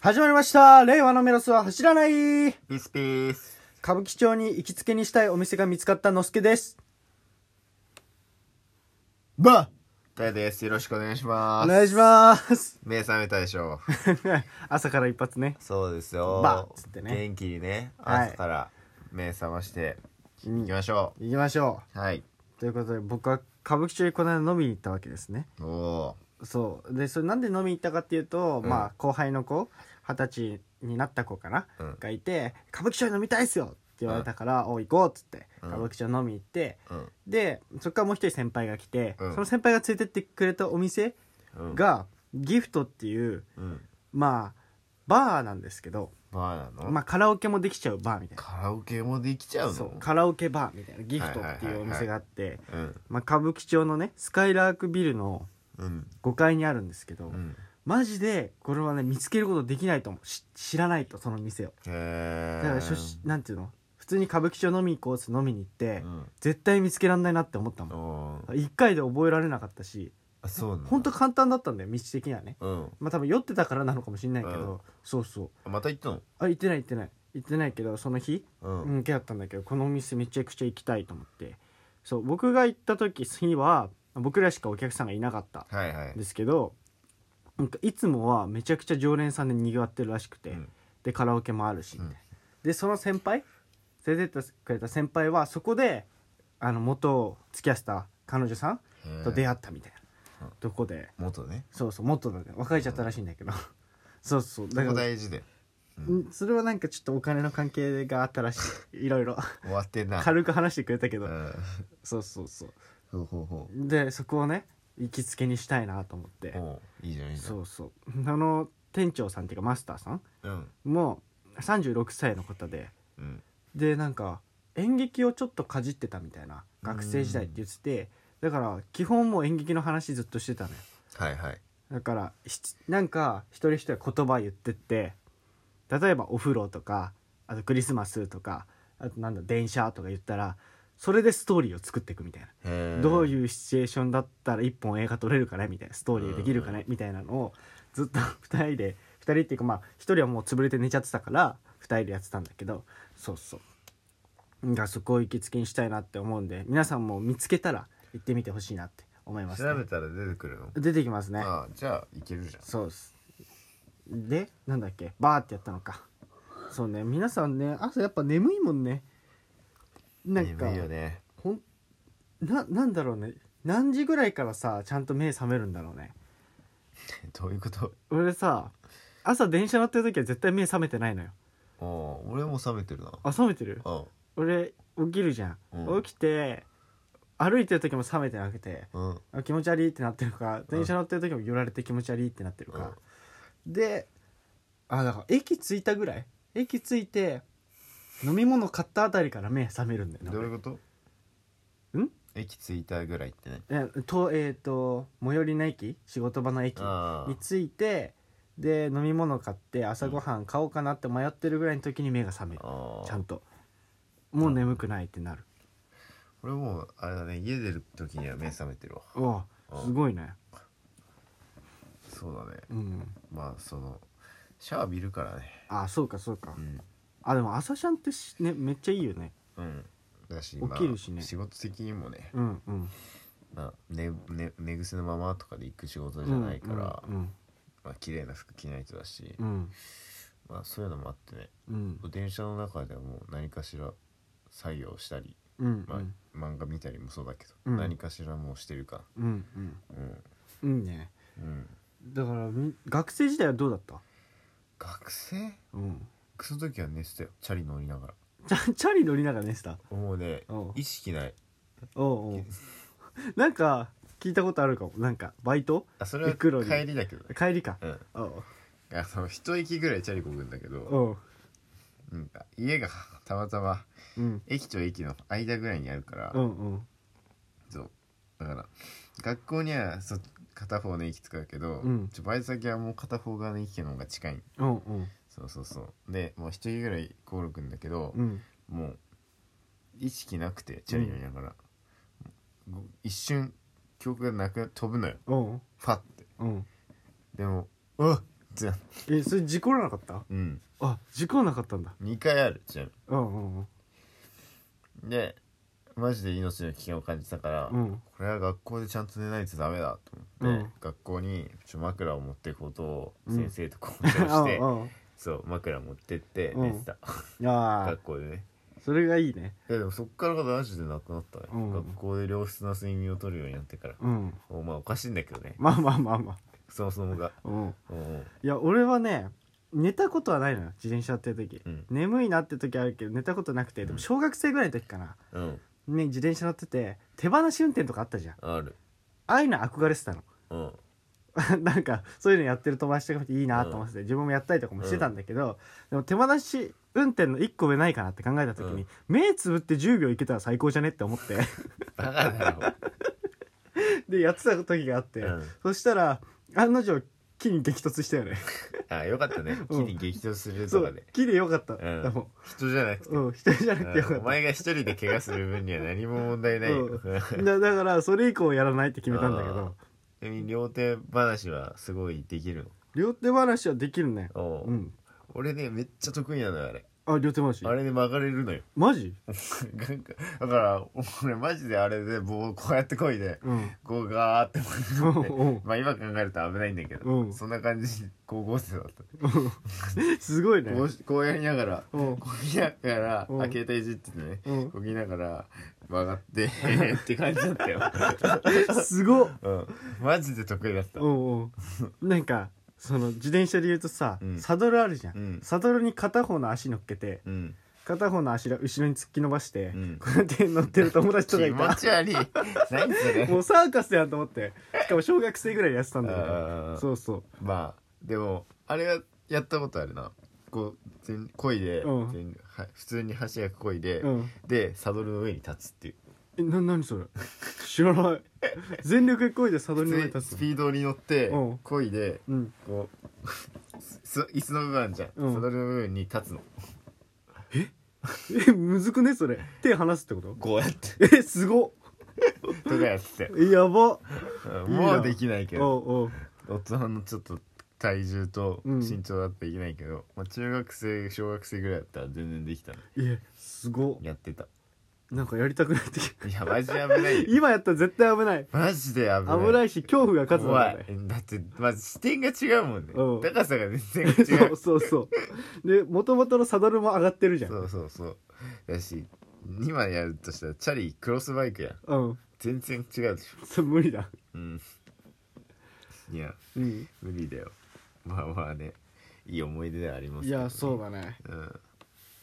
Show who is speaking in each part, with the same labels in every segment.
Speaker 1: 始まりました令和のメロスは走らない
Speaker 2: ピースピース。
Speaker 1: 歌舞伎町に行きつけにしたいお店が見つかったのすけです。ば
Speaker 2: たやです。よろしくお願いしま
Speaker 1: お
Speaker 2: す。
Speaker 1: 願いし ます。
Speaker 2: 目覚めたでしょ う。
Speaker 1: 朝から一発ね。
Speaker 2: そうですよ。
Speaker 1: バッつってね
Speaker 2: 元気にね、
Speaker 1: はい
Speaker 2: 朝から目覚まして
Speaker 1: うん
Speaker 2: いきましょ
Speaker 1: 行きましょ
Speaker 2: う。はい。
Speaker 1: う。ということで、僕は歌舞伎町にこの間飲みに行ったわけですね。
Speaker 2: おお
Speaker 1: そう。で、それなんで飲みに行ったかっていうと、
Speaker 2: うん
Speaker 1: まあ、後輩の子、二十歳になった子かな、
Speaker 2: うん
Speaker 1: がいて、歌舞伎町に飲みたいっすよって言われたから、おう行こうっつって、
Speaker 2: うん
Speaker 1: 歌舞伎町飲みに行って、
Speaker 2: ー。うん。
Speaker 1: で、そっからもう一人先輩が来て、
Speaker 2: うん
Speaker 1: その先輩が連れてってくれたお店
Speaker 2: うん、
Speaker 1: が、ギフトっていう、
Speaker 2: うん。
Speaker 1: まあ、バーなんですけど、
Speaker 2: バーなの、
Speaker 1: まあ、カラオケもできちゃうバーみたいな。
Speaker 2: カラオケもできちゃうの
Speaker 1: そうカラオケバーみたいなギフトっていうお店があって、
Speaker 2: うん。
Speaker 1: まあ、歌舞伎町のねスカイラークビルの
Speaker 2: うん。
Speaker 1: 5階にあるんですけど、
Speaker 2: うん。
Speaker 1: マジでこれはね見つけることできないと思うし知らないとその店を
Speaker 2: へ
Speaker 1: だ
Speaker 2: え。
Speaker 1: からしょしなんていうの普通に歌舞伎町飲み行こうっつって飲みに行って、
Speaker 2: うん。
Speaker 1: 絶対見つけらんないなって思ったもん
Speaker 2: おー
Speaker 1: 1回で覚えられなかったし
Speaker 2: あ、そうなんだ
Speaker 1: ほんと簡単だったんだよ道的にはね
Speaker 2: うん。
Speaker 1: まあ多分酔ってたからなのかもしれないけど、
Speaker 2: うん
Speaker 1: そうそう
Speaker 2: あまた行ったの
Speaker 1: あ行ってない行ってない行ってないけどその日
Speaker 2: うん。
Speaker 1: うん、けだったんだけどこのお店めちゃくちゃ行きたいと思ってそう僕が行った時次は僕らしかお客さんがいなかった
Speaker 2: はいはい
Speaker 1: んで。すけどなんかいつもはめちゃくちゃ常連さんで賑わってるらしくて、
Speaker 2: うん
Speaker 1: でカラオケもあるし、
Speaker 2: うん
Speaker 1: でその先輩連れてってくれた先輩はそこであの元付き合ってた彼女さんと出
Speaker 2: 会
Speaker 1: 会ったみたいな、
Speaker 2: うん
Speaker 1: とこで
Speaker 2: 元ね。
Speaker 1: そうそう元だね別れちゃったらしいんだけどそうそう
Speaker 2: そ
Speaker 1: だ
Speaker 2: こ
Speaker 1: から
Speaker 2: 大事で。
Speaker 1: うんそれはなんかちょっとお金の関係があったらし いいろいろ。
Speaker 2: 終わってんな。
Speaker 1: 軽く話してくれたけど、
Speaker 2: うん。
Speaker 1: そうそうそう
Speaker 2: ほうほうほ
Speaker 1: でそこをね行きつけにしたいなと思って
Speaker 2: う。おういいじゃんいいじゃん。
Speaker 1: そうそうあの店長さんっていうかマスターさん
Speaker 2: うん。
Speaker 1: も36歳の方で
Speaker 2: うん。
Speaker 1: でなんか演劇をちょっとかじってたみたいな学生時代って言っててだから基本もう演劇の話ずっとしてたのよ
Speaker 2: はいはい。
Speaker 1: だからしなんか一人一人言葉言ってって例えば「お風呂」とかあと「クリスマス」とかあとなんだ「電車」とか言ったらそれでストーリーを作っていくみたいな
Speaker 2: へー
Speaker 1: どういうシチュエーションだったら一本映画撮れるかねみたいなストーリーできるかねみたいなのをずっと 2人で2人っていうかまあ1人はもう潰れて寝ちゃってたから2人でやってたんだけどそうそうがそこを行きつけにしたいなって思うんで皆さんも見つけたら行ってみてほしいなって思います、
Speaker 2: 調べ
Speaker 1: ね、
Speaker 2: たら出てくるの
Speaker 1: 出てきますね
Speaker 2: ああじゃあいけるじゃん
Speaker 1: そうですでなんだっけバーってやったのかそうね皆さんね朝やっぱ眠いもんねなんか
Speaker 2: 眠いよね
Speaker 1: ほんななんだろうね何時ぐらいからさちゃんと目覚めるんだろうね
Speaker 2: どういうこと
Speaker 1: 俺さ朝電車乗ってる時は絶対目覚めてないのよ
Speaker 2: ああ俺も覚めてるな
Speaker 1: あ覚めてる
Speaker 2: あ
Speaker 1: 俺起きるじゃん、
Speaker 2: うん
Speaker 1: 起きて歩いてる時も覚めてなくて
Speaker 2: うんうん
Speaker 1: あ気持ち悪いってなってるか電車乗ってる時も揺られて気持ち悪いってなってるか、であだから駅着いたぐらい駅着いて飲み物買ったあたりから目覚めるんだよね
Speaker 2: どういうこと
Speaker 1: ん
Speaker 2: 駅着いたぐらいってね
Speaker 1: えとえっ、と最寄りの駅仕事場の駅
Speaker 2: あ
Speaker 1: についてで飲み物買って朝ごはん買おうかなって迷ってるぐらいの時に目が覚める
Speaker 2: ああ
Speaker 1: ちゃ
Speaker 2: あ
Speaker 1: んともう眠くないってなる
Speaker 2: 俺もうあれだね家出る時には目覚めてるわ
Speaker 1: うわ
Speaker 2: うん
Speaker 1: すごいね
Speaker 2: そうだね
Speaker 1: うん
Speaker 2: まあそのシャワー浴びるからね
Speaker 1: あそうかそうか
Speaker 2: うん
Speaker 1: あでも朝シャンってし、ね、めっちゃいいよね
Speaker 2: うんだし
Speaker 1: 起きるしね
Speaker 2: まあ仕事的にもね、
Speaker 1: うんうん
Speaker 2: まあねね、寝癖のままとかで行く仕事じゃないから、
Speaker 1: うん
Speaker 2: まあ綺麗な服着ないとだし、
Speaker 1: うん
Speaker 2: まあそういうのもあってね
Speaker 1: うん
Speaker 2: 電車の中ではもう何かしら作業したり、
Speaker 1: うんうん
Speaker 2: まあ漫画見たりもそうだけど、
Speaker 1: うん
Speaker 2: 何かしらもうしてるか
Speaker 1: うんうん
Speaker 2: うん、
Speaker 1: うんいいね
Speaker 2: うん、
Speaker 1: だからみ学生時代はどうだった
Speaker 2: 学生
Speaker 1: うん
Speaker 2: その時は寝てたよチャリ乗りなが
Speaker 1: チャチャリ乗りながら寝てた
Speaker 2: らもうね
Speaker 1: おう
Speaker 2: 意識ない
Speaker 1: おうおうなんか聞いたことあるかもなんかバイト
Speaker 2: あそれは
Speaker 1: 陸路に
Speaker 2: 帰りだけどね
Speaker 1: 帰りか
Speaker 2: うん
Speaker 1: おう
Speaker 2: あの一駅ぐらいチャリこぐんだけど、
Speaker 1: おう
Speaker 2: うん、家がたまたま
Speaker 1: うん
Speaker 2: 駅と駅の間ぐらいにあるから、
Speaker 1: うんうん
Speaker 2: そうだから学校にはそ片方の駅使うけど、
Speaker 1: うん
Speaker 2: ちょバイト先はもう片方側の駅の方が近い
Speaker 1: うんうん
Speaker 2: そうそうそうでもう一人ぐらいコールくんだけど、
Speaker 1: うん
Speaker 2: もう意識なくてチャリ乗りながら、ご一瞬記憶がなく飛ぶのよ
Speaker 1: うん
Speaker 2: ファッて
Speaker 1: うん
Speaker 2: でも「うわっ!」つや
Speaker 1: えそれ事故らなかった
Speaker 2: うん
Speaker 1: あ事故らなかったんだ
Speaker 2: 2回あるちなみ
Speaker 1: うんうんうん
Speaker 2: にでマジで命の危険を感じたから、
Speaker 1: うん
Speaker 2: これは学校でちゃんと寝ないとダメだと思っ
Speaker 1: う
Speaker 2: て、
Speaker 1: ん
Speaker 2: 学校にちょ枕を持っていくことを
Speaker 1: うん
Speaker 2: 先生と交渉して、
Speaker 1: うんうん
Speaker 2: そう枕持ってって
Speaker 1: うん
Speaker 2: 寝てた、
Speaker 1: ああ
Speaker 2: 学校でね
Speaker 1: それがいいね
Speaker 2: いやでもそっからがマジでなくなったね、
Speaker 1: うん
Speaker 2: 学校で良質な睡眠をとるようになってから、
Speaker 1: うん
Speaker 2: おまあおかしいんだけどね
Speaker 1: まあまあまあま
Speaker 2: そもそもが
Speaker 1: あうん
Speaker 2: うんうん
Speaker 1: いや俺はね寝たことはないのよ自転車やってる時、
Speaker 2: うん
Speaker 1: 眠いなって時あるけど寝たことなくてでも小学生ぐらいの時かな、
Speaker 2: うん
Speaker 1: ね、自転車乗ってて手放し運転とかあったじゃんあ
Speaker 2: ある
Speaker 1: あいうの憧れてたの
Speaker 2: うん
Speaker 1: なんかそういうのやってる友達とか見ていいなと思ってて、自分もやったりとかもしてたんだけど、でも手放し運転の1個上ないかなって考えた時に、
Speaker 2: うん
Speaker 1: 目つぶって10秒いけたら最高じゃねって思って
Speaker 2: バカだろ
Speaker 1: でやってた時があって、
Speaker 2: うん
Speaker 1: そしたら案の定木に激突したよね
Speaker 2: あよかったね木
Speaker 1: うん
Speaker 2: に激突する
Speaker 1: そ
Speaker 2: とか
Speaker 1: う
Speaker 2: で、
Speaker 1: 木でよかった、
Speaker 2: うん
Speaker 1: でも
Speaker 2: 人じゃなくて、
Speaker 1: うん一人じゃなくてよか
Speaker 2: うん
Speaker 1: っ
Speaker 2: お
Speaker 1: た
Speaker 2: 前が一人で怪我する分には何も問題ないよ、
Speaker 1: うんだだからそれ以降やらないって決めたんだけど
Speaker 2: ちなみに両手話はすごいできる
Speaker 1: 両手話はできるね
Speaker 2: のおう
Speaker 1: うん
Speaker 2: 俺ねめっちゃ得意なのよあれ
Speaker 1: あ両手話
Speaker 2: あれで曲がれるのよ
Speaker 1: マジ
Speaker 2: なんかだから俺マジであれで棒をこうやってこいで
Speaker 1: うん
Speaker 2: こうガーって曲がっ て
Speaker 1: うん
Speaker 2: まあ今考えると危ないんだけど、
Speaker 1: うん
Speaker 2: そんな感じ高校生だった、
Speaker 1: すごいね
Speaker 2: こうしこうやりながら
Speaker 1: うん
Speaker 2: こぎながら、
Speaker 1: うん
Speaker 2: あ携帯いじっててね、
Speaker 1: うん
Speaker 2: こぎながら曲がっ てって感じだったよ、
Speaker 1: すごっ
Speaker 2: うん、マジで得意だった、
Speaker 1: うんうんなんかその自転車で言うとさ
Speaker 2: うん
Speaker 1: サドルあるじゃ
Speaker 2: うんん
Speaker 1: サドルに片方の足乗っけて
Speaker 2: うん、
Speaker 1: 片方の足が後ろに突き伸ばして
Speaker 2: うん
Speaker 1: こうやって乗ってる友達
Speaker 2: 気
Speaker 1: とかい
Speaker 2: 持
Speaker 1: た
Speaker 2: ち悪い 何それ
Speaker 1: もうサーカスやんと思ってしかも小学生ぐらいやってたんだけ
Speaker 2: あ
Speaker 1: ど
Speaker 2: ー
Speaker 1: そうそう
Speaker 2: まあでもあれはやったことあるなこう全漕いで、
Speaker 1: うん
Speaker 2: 全は普通に橋が漕いで、
Speaker 1: うん
Speaker 2: でサドルの上に立つっていう
Speaker 1: えな何それ 知ら ない全力で漕いでサド
Speaker 2: 普
Speaker 1: ルに乗り
Speaker 2: 通に
Speaker 1: 立
Speaker 2: ス
Speaker 1: つ
Speaker 2: ピードに乗って
Speaker 1: うん
Speaker 2: 漕いで
Speaker 1: のうん
Speaker 2: こう す椅子の部分あるじゃん、
Speaker 1: うん
Speaker 2: サドルの部分に立つの
Speaker 1: えむずくねそれ手離すってこと
Speaker 2: こうやって
Speaker 1: えすご
Speaker 2: とかやってたよ
Speaker 1: っやば
Speaker 2: うん
Speaker 1: いいな
Speaker 2: もうできないけど
Speaker 1: おうおう
Speaker 2: 大人のちょっと体重と
Speaker 1: うん
Speaker 2: 身長だってできないけど、まあ、中学生小学生ぐらいだったら全然できたの
Speaker 1: いえすご
Speaker 2: やってた
Speaker 1: なんかやりたくなってきた
Speaker 2: いやマジ危ないよ
Speaker 1: 今やったら絶対危ない
Speaker 2: マジで危ない
Speaker 1: 危ないし恐怖が勝つん
Speaker 2: 怖
Speaker 1: だ
Speaker 2: い
Speaker 1: よね
Speaker 2: だってまず視点が違うもんね、
Speaker 1: うん
Speaker 2: 高さが全然違
Speaker 1: そううそうそうでもともとのサドルも上がってるじゃん
Speaker 2: そうそうそうだし今やるとしたらチャリクロスバイクやん
Speaker 1: うん
Speaker 2: 全然違うでしょ
Speaker 1: そう無理だ
Speaker 2: うんいや
Speaker 1: うん
Speaker 2: 無理だよまあまあねいい思い出ではあります
Speaker 1: い
Speaker 2: けどね
Speaker 1: やそうだね
Speaker 2: うん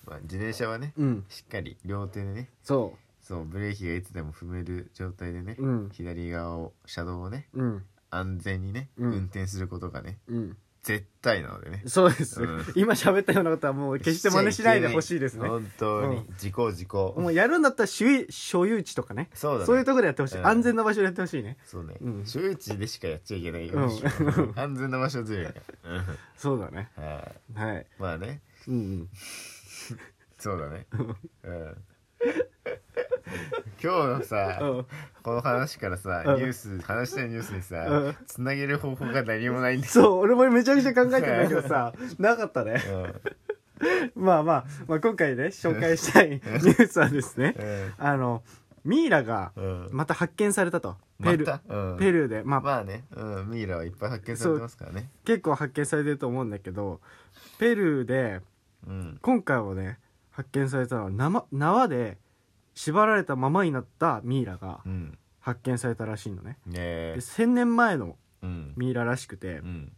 Speaker 2: まあ、自転車はね
Speaker 1: うん
Speaker 2: しっかり両手でね
Speaker 1: そ
Speaker 2: そうブレーキがいつでも踏める状態でね、
Speaker 1: ううん
Speaker 2: 左側を車道をね
Speaker 1: うん
Speaker 2: 安全にね、
Speaker 1: うん
Speaker 2: 運転することがね
Speaker 1: うん
Speaker 2: 絶対なのでね
Speaker 1: そうです、
Speaker 2: うん
Speaker 1: 今喋ったようなことはもう決して真似しないでほしいですね
Speaker 2: 本当に、
Speaker 1: うん
Speaker 2: 自己自己
Speaker 1: もうやるんだったら所有所有地とかね
Speaker 2: そうだね
Speaker 1: いうところでやってほしい、
Speaker 2: うん
Speaker 1: 安全な場所でやってほしいね
Speaker 2: そうね、
Speaker 1: うん
Speaker 2: 所有地でしかやっちゃいけないよ、
Speaker 1: うん
Speaker 2: 安全な場所ずるいね、うん
Speaker 1: そうだね
Speaker 2: はい
Speaker 1: はい
Speaker 2: まあね
Speaker 1: うんうん
Speaker 2: そうだね、うん、今日のさ、
Speaker 1: うん
Speaker 2: この話からさ、
Speaker 1: うん
Speaker 2: ニュース話したいニュースにさ、
Speaker 1: うん
Speaker 2: つなげる方法が何もないんだ
Speaker 1: そう俺もめちゃくちゃ考えてんだけど さなかったね
Speaker 2: うんうん
Speaker 1: まあまあ、まあ、今回ね紹介したいニュースはですねあのミイラが
Speaker 2: うん
Speaker 1: また発見されたとペ
Speaker 2: ま
Speaker 1: ル,、
Speaker 2: た、うん、
Speaker 1: ペルーで、まあ、
Speaker 2: まあね、うん、ミイラはいっぱい発見されてますからね
Speaker 1: 結構発見されてると思うんだけどペルーで
Speaker 2: うん
Speaker 1: 今回はね発見されたのは生縄で縛られたままになったミイラが
Speaker 2: うん
Speaker 1: 発見されたらしいのね
Speaker 2: ねえ
Speaker 1: で1000年前の
Speaker 2: うん
Speaker 1: ミイラらしくて
Speaker 2: うん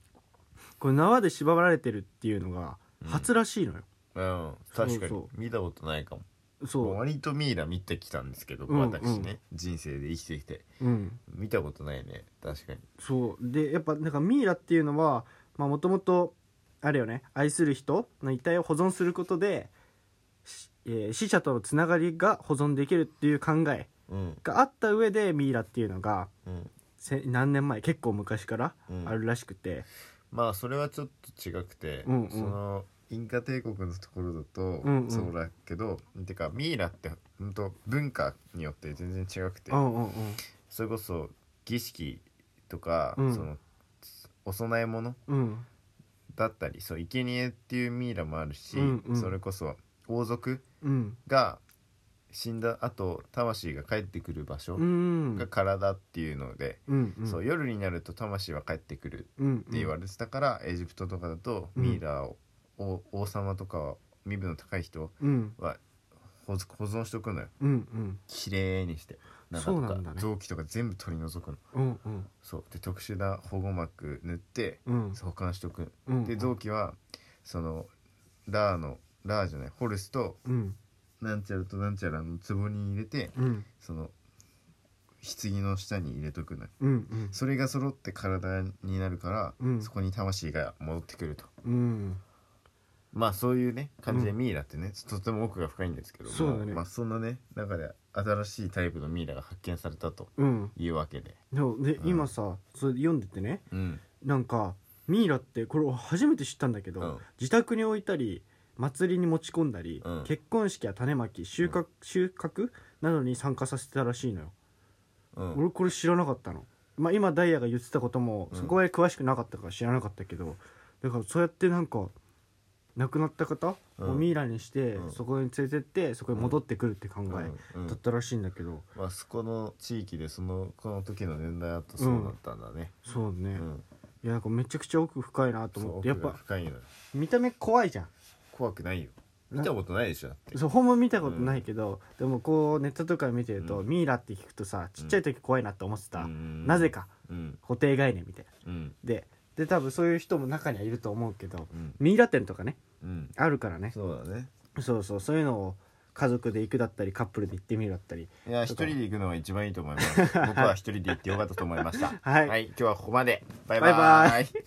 Speaker 1: これ縄で縛られてるっていうのが
Speaker 2: うん
Speaker 1: 初らしいのよ、
Speaker 2: うん、確
Speaker 1: そ
Speaker 2: か
Speaker 1: う
Speaker 2: に
Speaker 1: そ
Speaker 2: 見たことないかも
Speaker 1: そ
Speaker 2: 割とミイラ見てきたんですけど、
Speaker 1: うん
Speaker 2: 私ね人生で生きてきて
Speaker 1: ううん
Speaker 2: 見たことないね確かに
Speaker 1: そうでやっぱなんかミイラっていうのはもともとあれよね愛する人の遺体を保存することで、しえー死者とのつながりが保存できるっていう考え
Speaker 2: うん
Speaker 1: があった上でミイラっていうのが
Speaker 2: うん
Speaker 1: せ何年前結構昔から
Speaker 2: うん
Speaker 1: あるらしくて、
Speaker 2: まあそれはちょっと違くて、
Speaker 1: うんうん
Speaker 2: そのインカ帝国のところだと
Speaker 1: うんうん
Speaker 2: そうだけど、てかミイラって本当文化によって全然違くて、
Speaker 1: うんうんうん
Speaker 2: それこそ儀式とか、
Speaker 1: うん
Speaker 2: そのお供え物
Speaker 1: うん
Speaker 2: だったりそう生贄っていうミイラもあるし、
Speaker 1: うんうん
Speaker 2: それこそ王族
Speaker 1: うん
Speaker 2: が死んだ後魂が帰ってくる場所
Speaker 1: うん
Speaker 2: が体っていうので、
Speaker 1: うんうん
Speaker 2: そう夜になると魂は帰ってくる
Speaker 1: うん
Speaker 2: って言われてたから、エジプトとかだと
Speaker 1: うん
Speaker 2: ミイラを、お王様とか身分の高い人
Speaker 1: うん
Speaker 2: は保存保存しとくのよ
Speaker 1: うんうん
Speaker 2: きれいにして
Speaker 1: そうなんだね
Speaker 2: 中とか臓器とか全部取り除くの
Speaker 1: うんうん
Speaker 2: そうで特殊な保護膜塗って
Speaker 1: うん
Speaker 2: 保管しとく
Speaker 1: うん
Speaker 2: で臓器はそのラーのラーじゃないホルスと
Speaker 1: うん
Speaker 2: なんちゃらとなんちゃらの壺に入れて
Speaker 1: うん
Speaker 2: その棺の下に入れとくのよ
Speaker 1: うんうん
Speaker 2: それが揃って体になるから、
Speaker 1: うん
Speaker 2: そこに魂が戻ってくると
Speaker 1: うん
Speaker 2: まあそういうね感じで
Speaker 1: うん
Speaker 2: ミイラってね、とても奥が深いんですけども
Speaker 1: そうだね
Speaker 2: まあ、そんなね中で新しいタイプのミイラが発見されたと
Speaker 1: うん
Speaker 2: いうわけで、
Speaker 1: でもで
Speaker 2: うん
Speaker 1: 今さそれ読んでてね
Speaker 2: うん、
Speaker 1: なんかミイラってこれ俺初めて知ったんだけど、
Speaker 2: うん
Speaker 1: 自宅に置いたり祭りに持ち込んだり、
Speaker 2: うん
Speaker 1: 結婚式や種まき収穫,、収穫などに参加させてたらしいのよ、
Speaker 2: うん
Speaker 1: 俺これ知らなかったの、まあ、今ダイヤが言ってたことも
Speaker 2: うん
Speaker 1: そこまで詳しくなかったから知らなかったけど、だからそうやってなんか亡くなった方
Speaker 2: うん
Speaker 1: をミイラにして、
Speaker 2: うん
Speaker 1: そこに連れてってそこに戻ってくるって考
Speaker 2: うん
Speaker 1: え
Speaker 2: うん
Speaker 1: だったらしいんだけど、
Speaker 2: まあそこの地域でそのこの時の年代だとそうだったんだね、
Speaker 1: そう
Speaker 2: う
Speaker 1: ね、
Speaker 2: ん
Speaker 1: いやなんかめちゃくちゃ奥深いなと
Speaker 2: そう
Speaker 1: 思っ
Speaker 2: 奥
Speaker 1: てやっ
Speaker 2: が
Speaker 1: ぱ
Speaker 2: 深いのよ
Speaker 1: 見た目怖いじゃん
Speaker 2: 怖くないよ見たことないでしょだって
Speaker 1: そう本物見たことないけど、でもこうネットとか見てると、
Speaker 2: うん
Speaker 1: ミイラって聞くとさちっちゃい時怖いなって思ってた、
Speaker 2: うん
Speaker 1: なぜか
Speaker 2: うん
Speaker 1: 固定概念みたいな
Speaker 2: うん
Speaker 1: でで多分そういう人も中にはいると思うけど
Speaker 2: うん
Speaker 1: ミイラ店とかね
Speaker 2: うん
Speaker 1: あるからね
Speaker 2: そうだね
Speaker 1: そうそうそういうのを家族で行くだったりカップルで行ってみるだったり
Speaker 2: いや一人で行くのが一番いいと思います 僕は一人で行ってよかったと思いました
Speaker 1: はい
Speaker 2: はい、今日はここまでバイバ
Speaker 1: バイ
Speaker 2: イ
Speaker 1: バ
Speaker 2: イ